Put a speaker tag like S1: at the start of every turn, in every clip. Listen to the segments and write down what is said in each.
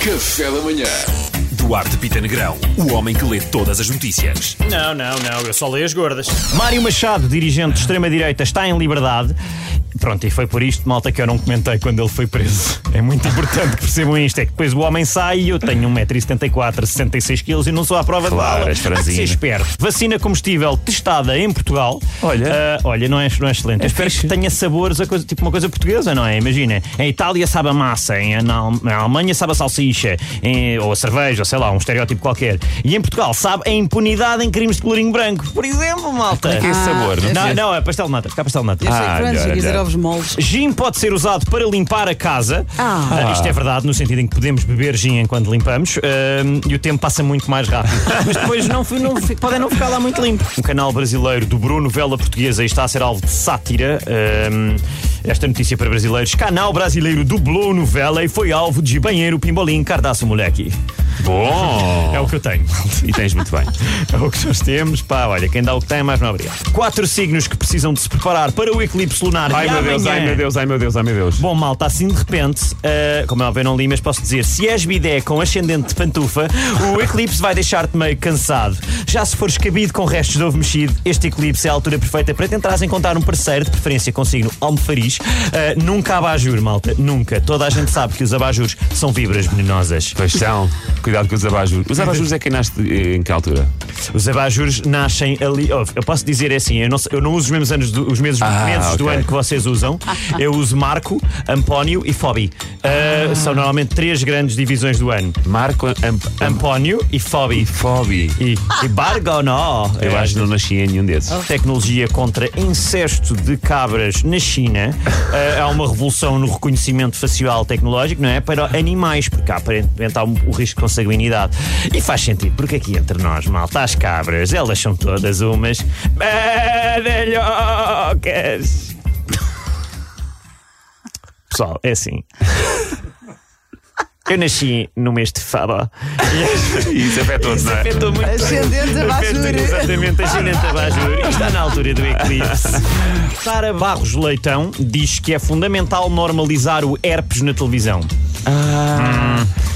S1: Café da manhã.
S2: Duarte Pita Negrão, o homem que lê todas as notícias.
S3: Não, não, não, eu só leio as gordas.
S4: Mário Machado, dirigente de extrema-direita, está em liberdade. Pronto, e foi por isto, malta, que eu não comentei quando ele foi preso. É muito importante que percebam isto. É que depois o homem sai e eu tenho 1,74m, 66kg e não sou à prova
S2: Claro,
S4: de bala.
S2: és franzino.
S4: Há que ser esperto. Vacina comestível testada em Portugal.
S2: Olha.
S4: Ah, olha, não é, não é excelente. Eu espero que tenha sabores, a coisa, tipo uma coisa portuguesa, não é? Imagina. Em Itália sabe a massa, em, na, Al- na Alemanha sabe a salsicha, em- ou a cerveja, ou sei lá, um estereótipo qualquer. E em Portugal sabe a impunidade em crimes de colorinho branco. Por exemplo, malta.
S2: Que esse sabor, não?
S4: Não, não, é pastel de nata. Cá pastel de nata.
S5: Eu sei
S2: Ah,
S5: que Francis
S2: já,
S5: ia dizer
S2: já.
S5: ovos moles.
S4: Gin pode ser usado para limpar a casa.
S5: Ah.
S4: Ah, isto é verdade, no sentido em que podemos beber gin enquanto limpamos ahm, e o tempo passa muito mais rápido. Mas depois não, fi- não fi- podem não ficar lá muito limpo. Um canal brasileiro dobrou novela portuguesa e está a ser alvo de sátira. ahm, esta notícia para brasileiros. Canal brasileiro dublou novela e foi alvo de banheiro, pimbolim, cardaço, moleque.
S2: Bom!
S4: É o que eu tenho.
S2: E tens muito bem.
S4: É o que nós temos. Pá, olha, quem dá o que tem, mais não obrigado. Quatro signos que precisam de se preparar para o eclipse lunar.
S2: Ai
S4: de
S2: meu Deus,
S4: amanhã.
S2: ai meu Deus, ai meu Deus, ai meu Deus.
S4: Bom, malta, assim de repente, uh, como é óbvio, eu não li, mas posso dizer: se és bidé com ascendente de pantufa, o eclipse vai deixar-te meio cansado. Já se fores cabido com restos de ovo mexido, este eclipse é a altura perfeita para tentares encontrar um parceiro, de preferência com signo almofariz. Uh, nunca abajur, malta, nunca. Toda a gente sabe que os abajures são vibras venenosas.
S2: Pois são. Cuidado com os abajur. Os abajur é quem nasce de- em que altura?
S4: Os abajures nascem ali. oh, eu posso dizer assim: eu não, eu não uso os mesmos anos, do- os mesmos
S2: Ah,
S4: meses do
S2: ok.
S4: ano que vocês usam. Eu uso Marco, Ampónio e Fobi. Uh, São normalmente três grandes divisões do ano.
S2: Marco Amp- Amp-
S4: Ampónio e Fobi.
S2: Ampifobi.
S4: E, e Bargonó.
S2: Eu
S4: É.
S2: acho que não nasci em nenhum desses.
S4: Tecnologia contra incesto de cabras na China. Ah, Há uma revolução no reconhecimento facial tecnológico, não é? Para animais, porque há, aparentemente há um- o risco de consanguinidade. E faz sentido, porque aqui entre nós, malta, as cabras, elas são todas umas badalhocas. Pessoal, é assim. Eu nasci no mês de Faba.
S2: Isso afetou-te, não é?
S4: Afetou muito.
S5: Ascendente a
S4: Perfeito,
S5: basura.
S4: Exatamente, ascendente abajur. Está na altura do eclipse. Sara Barros Leitão diz que é fundamental normalizar o herpes na televisão.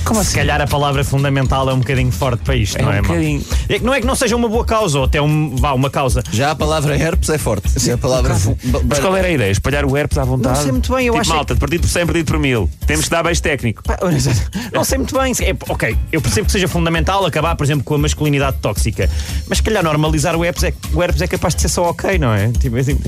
S4: Como Se calhar a palavra fundamental é um bocadinho forte para isto,
S2: assim?
S4: não
S2: um
S4: é, mal?
S2: bocadinho.
S4: É que não é que não seja uma boa causa, ou até um, vá, uma causa.
S6: Já a palavra herpes é forte. Sim, a palavra. ba- ba-
S2: Mas qual era a ideia? Espalhar o herpes à vontade?
S4: sei muito bem, eu
S2: tipo,
S4: acho que-
S2: malta, de partido por 100, partido por 1000. Temos que dar beijo técnico.
S4: Pá, Não sei muito bem. É, ok, eu percebo que seja fundamental acabar, por exemplo, com a masculinidade tóxica. Mas se calhar normalizar o herpes é, o herpes é capaz de ser só ok, não é? Tipo, assim,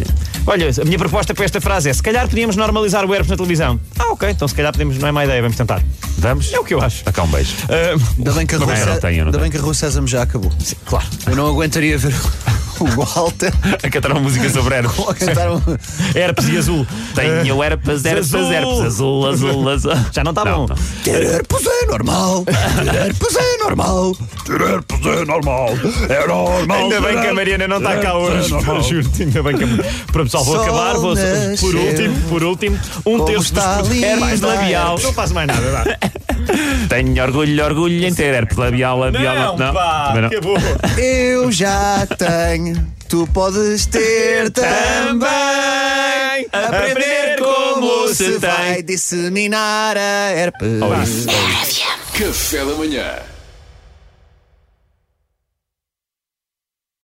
S4: olha, a minha proposta para esta frase é: se calhar podíamos normalizar o herpes na televisão. Ah, ok, então se calhar podemos, não é má ideia, vamos tentar.
S2: Vamos?
S4: É o que eu acho.
S2: Dá cá um beijo.
S4: Ah,
S6: Ainda bem que a
S2: Não,
S6: Rua,
S2: eu não
S6: Sé-
S2: tenho, eu não
S6: ainda bem que a Rua Sésamo já acabou.
S4: claro.
S6: Eu não aguentaria ver o Walter
S2: A cantar uma música sobre herpes.
S6: a cantar um.
S4: Herpes e azul.
S2: Tenho herpes, herpes,
S4: Azul.
S2: herpes. Eh, Azul, azul, azul.
S4: Já não está
S2: Não, tá
S4: bom.
S2: não.
S6: Ter herpes é normal. Ter herpes é normal. Ter herpes é normal. É normal.
S4: Ainda bem que a Mariana não está cá hoje, pá, juro-te, ainda bem que a Mariana. Pronto, pessoal, vou
S6: Sol
S4: acabar, vou, por
S6: nasceu.
S4: último, por último, um
S6: Como
S4: terço dos
S6: está linda
S4: herpes labial.
S6: herpes.
S4: Não faço mais nada, vá.
S2: Tenho orgulho, orgulho em ter é herpes labial, labial. também não.
S4: acabou.
S6: Eu já tenho. Tu podes ter também.
S2: aprender como se tem.
S6: vai disseminar a herpes.
S1: Café da manhã.